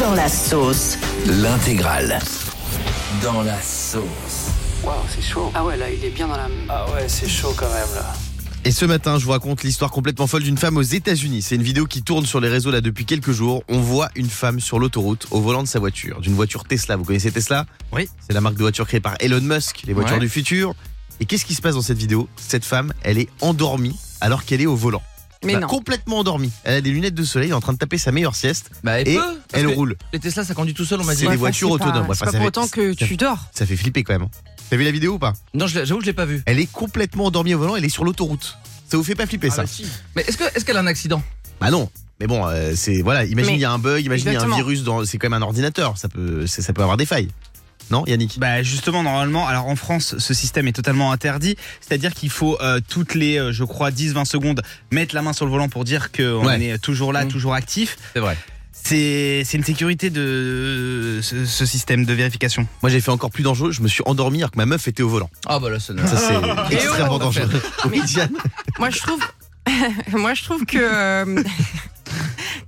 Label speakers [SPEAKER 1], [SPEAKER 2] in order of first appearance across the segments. [SPEAKER 1] Dans la sauce.
[SPEAKER 2] L'intégrale. Dans la sauce.
[SPEAKER 3] Waouh, c'est chaud.
[SPEAKER 4] Ah ouais, là, il est bien dans la.
[SPEAKER 3] Ah ouais, c'est chaud quand même là.
[SPEAKER 5] Et ce matin, je vous raconte l'histoire complètement folle d'une femme aux États-Unis. C'est une vidéo qui tourne sur les réseaux là depuis quelques jours. On voit une femme sur l'autoroute au volant de sa voiture, d'une voiture Tesla. Vous connaissez Tesla
[SPEAKER 6] Oui.
[SPEAKER 5] C'est la marque de voiture créée par Elon Musk, les voitures
[SPEAKER 6] Ouais.
[SPEAKER 5] du futur. Et qu'est-ce qui se passe dans cette vidéo Cette femme, elle est endormie alors qu'elle est au volant.
[SPEAKER 4] Mais
[SPEAKER 5] Bah,
[SPEAKER 4] non.
[SPEAKER 5] Complètement endormie. Elle a des lunettes de soleil, elle est en train de taper sa meilleure sieste.
[SPEAKER 6] Bah, elle
[SPEAKER 5] Et
[SPEAKER 6] peut, parce
[SPEAKER 5] elle
[SPEAKER 6] que
[SPEAKER 5] roule.
[SPEAKER 6] Les Tesla, ça conduit tout seul, on m'a
[SPEAKER 5] C'est
[SPEAKER 6] dit.
[SPEAKER 5] des
[SPEAKER 4] Enfin,
[SPEAKER 5] voitures
[SPEAKER 4] c'est pas-
[SPEAKER 5] autonomes. Ouais,
[SPEAKER 4] C'est
[SPEAKER 5] enfin,
[SPEAKER 4] pas
[SPEAKER 5] ça
[SPEAKER 4] pour
[SPEAKER 5] fait-
[SPEAKER 4] autant que
[SPEAKER 5] ça-
[SPEAKER 4] tu dors.
[SPEAKER 5] Ça fait flipper quand même. hein. T'as vu la vidéo ou pas
[SPEAKER 6] Non, je l'ai- j'avoue que je l'ai pas vu.
[SPEAKER 5] Elle est complètement endormie au volant, elle est sur l'autoroute. Ça vous fait pas flipper ça
[SPEAKER 6] Ah, Mais est-ce que- est-ce qu'elle a un accident
[SPEAKER 5] Bah non. Mais bon, euh, c'est voilà. Imagine
[SPEAKER 4] Mais-
[SPEAKER 5] il y a un bug, imagine il y a un
[SPEAKER 4] Exactement.
[SPEAKER 5] virus dans. C'est quand même un ordinateur. Ça peut, c'est- ça peut avoir des failles. Non, Yannick.
[SPEAKER 7] Bah justement, normalement, alors en France, ce système est totalement interdit. C'est-à-dire qu'il faut euh, toutes les, euh, je crois, 10-20 secondes mettre la main sur le volant pour dire qu'on
[SPEAKER 5] Ouais.
[SPEAKER 7] est toujours là,
[SPEAKER 6] Mmh.
[SPEAKER 7] toujours actif.
[SPEAKER 6] C'est vrai.
[SPEAKER 7] C'est c'est une sécurité de euh, ce, ce système de vérification.
[SPEAKER 5] Moi, j'ai fait encore plus dangereux. Je me suis endormi alors que ma meuf était au volant.
[SPEAKER 6] Ah bah là, ça ne-
[SPEAKER 5] Ça
[SPEAKER 6] Et
[SPEAKER 4] oh,
[SPEAKER 5] c'est extrêmement
[SPEAKER 6] ouais,
[SPEAKER 5] dangereux. Oui, Diane.
[SPEAKER 4] Moi, je trouve. moi, je trouve que. euh,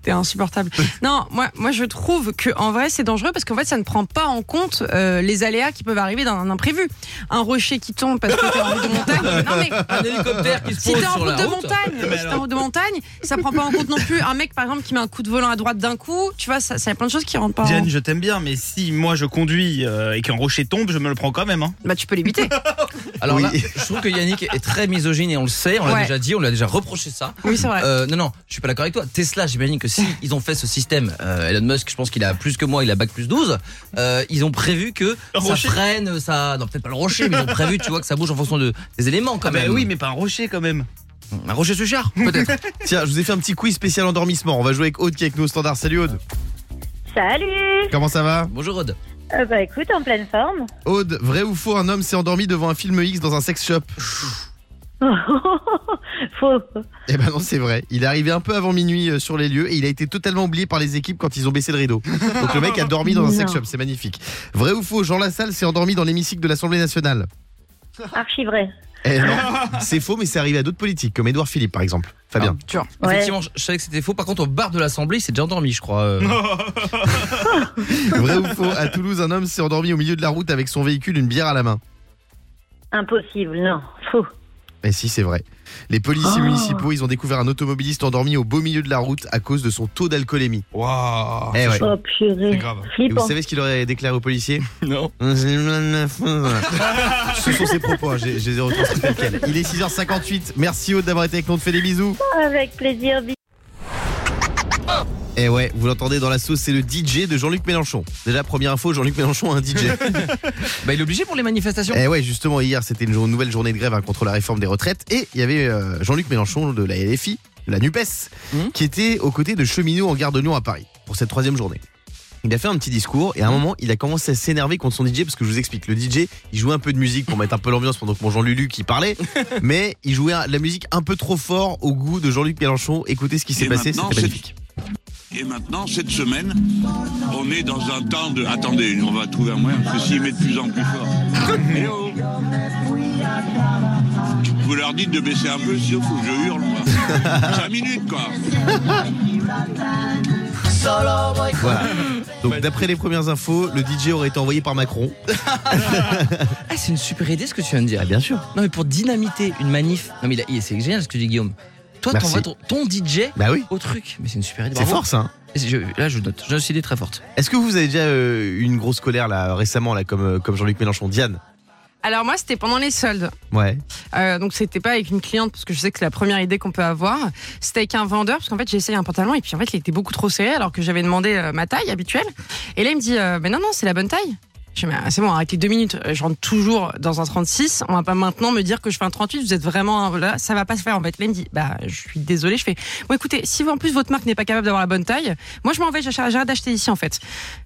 [SPEAKER 4] T'es insupportable. Non, moi, moi, je trouve que en vrai, c'est dangereux parce qu'en fait, ça ne prend pas en compte euh, les aléas qui peuvent arriver d'un imprévu. Un rocher qui tombe parce que t'es en route de montagne. Non mais.
[SPEAKER 6] Un hélicoptère qui se
[SPEAKER 4] Si
[SPEAKER 6] pose
[SPEAKER 4] t'es en
[SPEAKER 6] sur la
[SPEAKER 4] route de
[SPEAKER 6] route.
[SPEAKER 4] montagne, si t'es en route de montagne, ça prend pas en compte non plus un mec par exemple qui met un coup de volant à droite d'un coup, tu vois, ça, ça y a plein de choses qui rentrent pas. en-
[SPEAKER 7] Diane, je t'aime bien, mais si moi je conduis euh, et qu'un rocher tombe, je me le prends quand même. Hein.
[SPEAKER 4] Bah tu peux l'éviter.
[SPEAKER 6] Alors
[SPEAKER 5] Oui.
[SPEAKER 6] là, je trouve que Yannick est très misogyne et on le sait, on l'a
[SPEAKER 4] Ouais.
[SPEAKER 6] déjà dit, on l'a déjà reproché ça.
[SPEAKER 4] Oui c'est vrai.
[SPEAKER 6] Euh, non, non, je suis pas d'accord avec toi. Tesla, j'imagine que si ils ont fait ce système, euh, Elon Musk, je pense qu'il a plus que moi, il a bac plus 12, euh, ils ont prévu que
[SPEAKER 7] Le
[SPEAKER 6] ça
[SPEAKER 7] rocher.
[SPEAKER 6] freine, ça. Non, peut-être pas le rocher, mais ils ont prévu, tu vois, que ça bouge en fonction de, des éléments quand
[SPEAKER 7] Ah bah
[SPEAKER 5] ben
[SPEAKER 6] même.
[SPEAKER 7] oui, mais pas un rocher quand même.
[SPEAKER 6] Un rocher suchard, peut-être.
[SPEAKER 5] Tiens, je vous ai fait un petit quiz spécial endormissement. On va jouer avec Aude qui est avec nous au standard. Salut Aude.
[SPEAKER 8] Salut
[SPEAKER 5] Comment ça va
[SPEAKER 6] Bonjour, Rod.
[SPEAKER 8] Euh, Bah écoute, en pleine forme.
[SPEAKER 5] Aude, vrai ou faux Un homme s'est endormi devant un film X dans un sex shop.
[SPEAKER 8] Faux.
[SPEAKER 5] Eh ben non, c'est vrai. Il est arrivé un peu avant minuit euh, sur les lieux et il a été totalement oublié par les équipes quand ils ont baissé le rideau. Donc le mec a dormi dans un sex
[SPEAKER 8] Non.
[SPEAKER 5] shop. C'est magnifique. Vrai ou faux Jean Lassalle s'est endormi dans l'hémicycle de l'Assemblée nationale.
[SPEAKER 8] Archi vrai.
[SPEAKER 5] Eh non, c'est faux, mais c'est arrivé à d'autres politiques, comme Édouard Philippe, par exemple. Fabien.
[SPEAKER 6] Dur.
[SPEAKER 8] Ouais.
[SPEAKER 6] Effectivement, je, je savais que c'était faux. Par contre, au bar de l'Assemblée, il s'est déjà endormi, je crois. euh.
[SPEAKER 5] Vrai ou faux À Toulouse, un homme s'est endormi au milieu de la route avec son véhicule, une bière à la main.
[SPEAKER 8] Impossible, non. Faux.
[SPEAKER 5] Et Eh si, c'est vrai. Les policiers
[SPEAKER 8] Oh.
[SPEAKER 5] municipaux, ils ont découvert un automobiliste endormi au beau milieu de la route à cause de son taux d'alcoolémie.
[SPEAKER 7] Waouh,
[SPEAKER 5] Eh ouais.
[SPEAKER 8] Oh purée.
[SPEAKER 7] grave.
[SPEAKER 5] Et vous
[SPEAKER 8] Flippant.
[SPEAKER 5] savez ce qu'il aurait déclaré aux policiers
[SPEAKER 6] Non.
[SPEAKER 5] Ce sont ses propos, hein, j'ai- je les ai retranscrits tels quels. Il est 6h58, merci Aude d'avoir été avec nous, on te fait des bisous.
[SPEAKER 8] Avec plaisir.
[SPEAKER 5] Et ouais, vous l'entendez dans la sauce, c'est le DJ de Jean-Luc Mélenchon. Déjà, première info, Jean-Luc Mélenchon a un DJ.
[SPEAKER 6] Bah, il est obligé pour les manifestations.
[SPEAKER 5] Eh ouais, justement, hier, c'était une jour- nouvelle journée de grève hein, contre la réforme des retraites. Et il y avait euh, Jean-Luc Mélenchon de la LFI, de la NUPES,
[SPEAKER 6] Mhm.
[SPEAKER 5] qui était aux côtés de cheminots en gare de Lyon à Paris pour cette troisième journée. Il a fait un petit discours et à un moment, il a commencé à s'énerver contre son DJ parce que je vous explique, le DJ, il jouait un peu de musique pour mettre un peu l'ambiance pendant que mon Jean-Lulu qui parlait, mais il jouait un- la musique un peu trop fort au goût de Jean-Luc Mélenchon. Écoutez ce qui s'est
[SPEAKER 9] Et
[SPEAKER 5] passé,
[SPEAKER 9] maintenant,
[SPEAKER 5] c'était
[SPEAKER 9] c'est-
[SPEAKER 5] magnifique.
[SPEAKER 9] Et maintenant, cette semaine, on est dans un temps de. Attendez, on va trouver un moyen, parce que s'il met de plus en plus fort. Eh oh Vous leur dites de baisser un peu, sinon faut que je hurle, moi. 5 minutes, quoi.
[SPEAKER 5] Voilà. Donc d'après les premières infos, le DJ aurait été envoyé par Macron.
[SPEAKER 6] Ah, c'est une super idée ce que tu viens de dire.
[SPEAKER 5] Ah, bien sûr.
[SPEAKER 6] Non, mais pour dynamiter une manif. Non, mais il a- il- c'est génial ce que dit Guillaume. Toi,
[SPEAKER 5] Merci.
[SPEAKER 6] t'envoies ton, ton DJ
[SPEAKER 5] Bah oui,
[SPEAKER 6] au truc. Mais c'est une super idée.
[SPEAKER 5] c'est
[SPEAKER 6] bravo.
[SPEAKER 5] fort ça. hein.
[SPEAKER 6] Et je- là, je note. J'ai une idée très forte.
[SPEAKER 5] Est-ce que vous avez déjà euh, eu une grosse colère là récemment là comme euh, comme Jean-Luc Mélenchon, Diane
[SPEAKER 4] Alors moi c'était pendant les soldes.
[SPEAKER 5] Ouais.
[SPEAKER 4] Euh, donc c'était pas avec une cliente parce que je sais que c'est la première idée qu'on peut avoir. C'était avec un vendeur parce qu'en fait j'ai essayé un pantalon et puis en fait il était beaucoup trop serré alors que j'avais demandé euh, ma taille habituelle. Et là il me dit euh, mais non non c'est la bonne taille. Je dis mais ah, c'est bon arrêtez deux minutes. Euh, Je rentre toujours dans un 36. On va pas maintenant me dire que je fais un 38. Vous êtes vraiment un- là ça va pas se faire en fait. Là il me dit bah je suis désolée. Je fais bon écoutez si vous en plus votre marque n'est pas capable d'avoir la bonne taille, moi je m'en vais j'achète- j'arrête d'acheter ici en fait.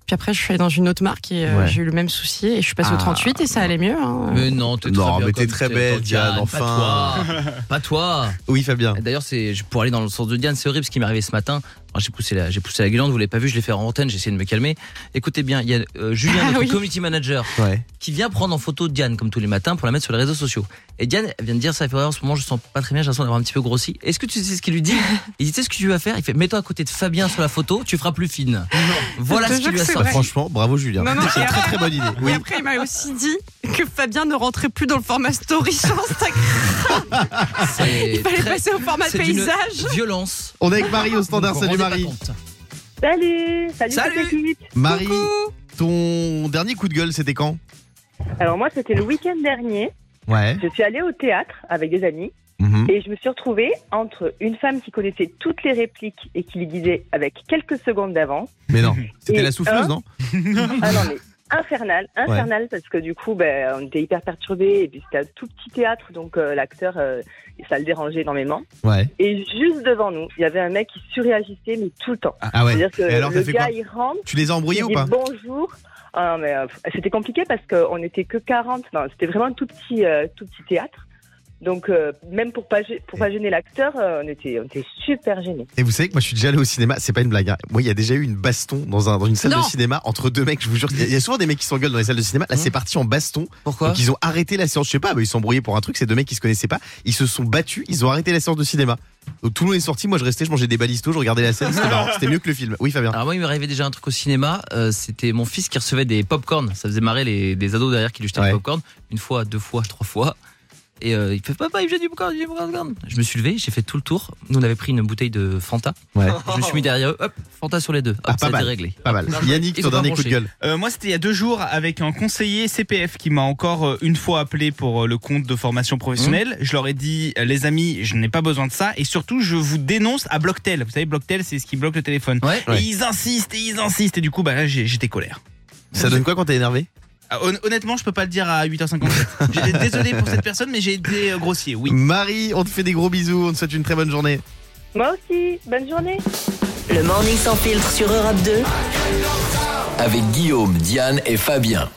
[SPEAKER 4] Puis après je suis allée dans une autre marque et euh,
[SPEAKER 5] Ouais.
[SPEAKER 4] j'ai eu le même souci et je suis passée au
[SPEAKER 6] Ah.
[SPEAKER 4] 38 et ça allait mieux. hein.
[SPEAKER 6] Mais non, t'es
[SPEAKER 5] Non,
[SPEAKER 6] très bien
[SPEAKER 5] mais t'es
[SPEAKER 6] comme
[SPEAKER 5] très belle,
[SPEAKER 6] Oh,
[SPEAKER 5] Diane, enfin.
[SPEAKER 6] Pas toi. Pas toi.
[SPEAKER 5] Oui, Fabien.
[SPEAKER 6] D'ailleurs, c'est je- pour aller dans le sens de Diane, c'est horrible ce qui m'est arrivé ce matin. Enfin, j'ai poussé la, j'ai poussé la gueulante, vous l'avez pas vu, je l'ai fait en antenne, j'ai essayé de me calmer. Écoutez bien, il y a euh, Julien,
[SPEAKER 4] Ah
[SPEAKER 6] notre
[SPEAKER 4] oui.
[SPEAKER 6] community manager,
[SPEAKER 5] Ouais.
[SPEAKER 6] qui vient prendre en photo Diane, comme tous les matins, pour la mettre sur les réseaux sociaux. Et Diane, elle vient de dire, ça fait en ce moment, je sens pas très bien, j'ai l'impression d'avoir un petit peu grossi. Est-ce que tu sais ce qu'il lui dit Il dit, tu sais ce que tu vas faire Il fait, mets-toi à côté de Fabien sur la photo, tu feras plus fine. Voilà
[SPEAKER 4] Je te
[SPEAKER 6] ce qu'il
[SPEAKER 4] jure
[SPEAKER 6] lui a
[SPEAKER 4] que c'est
[SPEAKER 5] Bah,
[SPEAKER 6] sorti.
[SPEAKER 4] vrai.
[SPEAKER 5] franchement, bravo Julien.
[SPEAKER 4] Non, non,
[SPEAKER 5] c'est
[SPEAKER 4] et
[SPEAKER 5] une très
[SPEAKER 4] après-
[SPEAKER 5] très bonne idée.
[SPEAKER 4] Et
[SPEAKER 5] Oui.
[SPEAKER 4] après, il m'a aussi dit que Fabien ne rentrait plus dans le format story sur Instagram.
[SPEAKER 6] C'est
[SPEAKER 4] Il fallait
[SPEAKER 6] très-
[SPEAKER 4] passer au format
[SPEAKER 6] c'est d'une
[SPEAKER 4] paysage.
[SPEAKER 6] Violence.
[SPEAKER 5] On est avec Marie au standard.
[SPEAKER 6] Vous vous
[SPEAKER 5] Salut
[SPEAKER 6] rendez
[SPEAKER 5] Marie.
[SPEAKER 6] pas compte.
[SPEAKER 10] Salut, salut,
[SPEAKER 6] Salut.
[SPEAKER 10] cette équipe.
[SPEAKER 5] Marie, ton dernier coup de gueule, c'était quand
[SPEAKER 10] Alors moi, c'était le week-end dernier.
[SPEAKER 5] Ouais. Mhm.
[SPEAKER 10] Je suis allée au théâtre avec des amis et je me suis retrouvée entre une femme qui connaissait toutes les répliques et qui les disait avec quelques secondes d'avance.
[SPEAKER 5] Mais non, c'était
[SPEAKER 10] Et
[SPEAKER 5] la souffleuse,
[SPEAKER 10] un-
[SPEAKER 5] non
[SPEAKER 10] Ah non mais infernal, infernal parce que du coup, ben, on était hyper perturbés et puis c'était un tout petit théâtre donc euh, l'acteur, euh, ça le dérangeait énormément.
[SPEAKER 5] Ouais.
[SPEAKER 10] Et juste devant nous, il y avait un mec qui surréagissait mais tout le temps.
[SPEAKER 5] Ah ouais.
[SPEAKER 10] C'est-à-dire que
[SPEAKER 5] Et alors, t'as
[SPEAKER 10] le
[SPEAKER 5] fait quoi
[SPEAKER 10] gars, il rentre.
[SPEAKER 5] Tu les as embrouillés
[SPEAKER 10] Il
[SPEAKER 5] ou
[SPEAKER 10] dit
[SPEAKER 5] pas
[SPEAKER 10] Bonjour. Ah, mais, euh, c'était compliqué parce qu'on n'était que 40. Enfin, c'était vraiment un tout petit, euh, tout petit théâtre. Donc, euh, même pour pas, gê- pour pas gêner l'acteur, euh, on, était, on était super gênés.
[SPEAKER 5] Et vous savez que moi je suis déjà allé au cinéma, c'est pas une blague. hein. Moi il y a déjà eu une baston dans, un, dans une salle
[SPEAKER 4] Non. Mmh.
[SPEAKER 5] de cinéma entre deux mecs, je vous jure. Il y a- il y a souvent des mecs qui s'engueulent dans les salles de cinéma. Là c'est parti en baston.
[SPEAKER 6] Pourquoi
[SPEAKER 5] donc ils ont arrêté la séance, je sais pas, bah, ils sont embrouillés pour un truc, ces deux mecs qui se connaissaient pas. Ils se sont battus, ils ont arrêté la séance de cinéma. Donc tout le monde est sorti, moi je restais, je mangeais des balistos, je regardais la scène, c'était marrant, c'était mieux que le film. Oui Fabien.
[SPEAKER 6] Alors moi, il m'est arrivé déjà un truc au cinéma. euh, C'était mon fils qui recevait des pop-corn. Ça faisait marrer les, des ados derrière qui lui jetaient
[SPEAKER 5] Ouais.
[SPEAKER 6] des pop-corn. Une fois, deux fois, trois fois. Et euh, il fait papa, il me jette du popcorn, il me jette du popcorn. Je me suis levé, j'ai fait tout le tour. Nous, on avait pris une bouteille de Fanta.
[SPEAKER 5] Ouais.
[SPEAKER 6] Je me suis mis derrière eux, hop, Fanta sur les deux. Hop,
[SPEAKER 5] Ah, pas
[SPEAKER 6] ça a été
[SPEAKER 5] mal.
[SPEAKER 6] réglé.
[SPEAKER 5] Pas mal. Yannick,
[SPEAKER 6] Ils
[SPEAKER 5] ton
[SPEAKER 6] ont pas
[SPEAKER 5] dernier coup de
[SPEAKER 6] bronché.
[SPEAKER 5] gueule.
[SPEAKER 7] Euh, moi, c'était il y a deux jours avec un conseiller CPF qui m'a encore euh, une fois appelé pour euh, le compte de formation professionnelle. Je leur ai dit, euh, les amis, je n'ai pas besoin de ça. Et surtout, je vous dénonce à Blocktel. Vous savez, Blocktel, c'est ce qui bloque le téléphone.
[SPEAKER 6] Ouais.
[SPEAKER 5] Ouais.
[SPEAKER 7] Et ils insistent, et ils insistent. Et du coup, bah, là, j'ai- j'étais colère.
[SPEAKER 5] Ça donne quoi quand t'es énervé
[SPEAKER 7] Ah, hon- Honnêtement, je peux pas le dire à 8h57. J'étais désolé pour cette personne, mais j'ai été euh, grossier, oui.
[SPEAKER 5] Marie, on te fait des gros bisous, on te souhaite une très bonne journée.
[SPEAKER 10] Moi aussi, bonne journée.
[SPEAKER 1] Le morning sans filtre sur Europe 2.
[SPEAKER 2] Avec Guillaume, Diane et Fabien.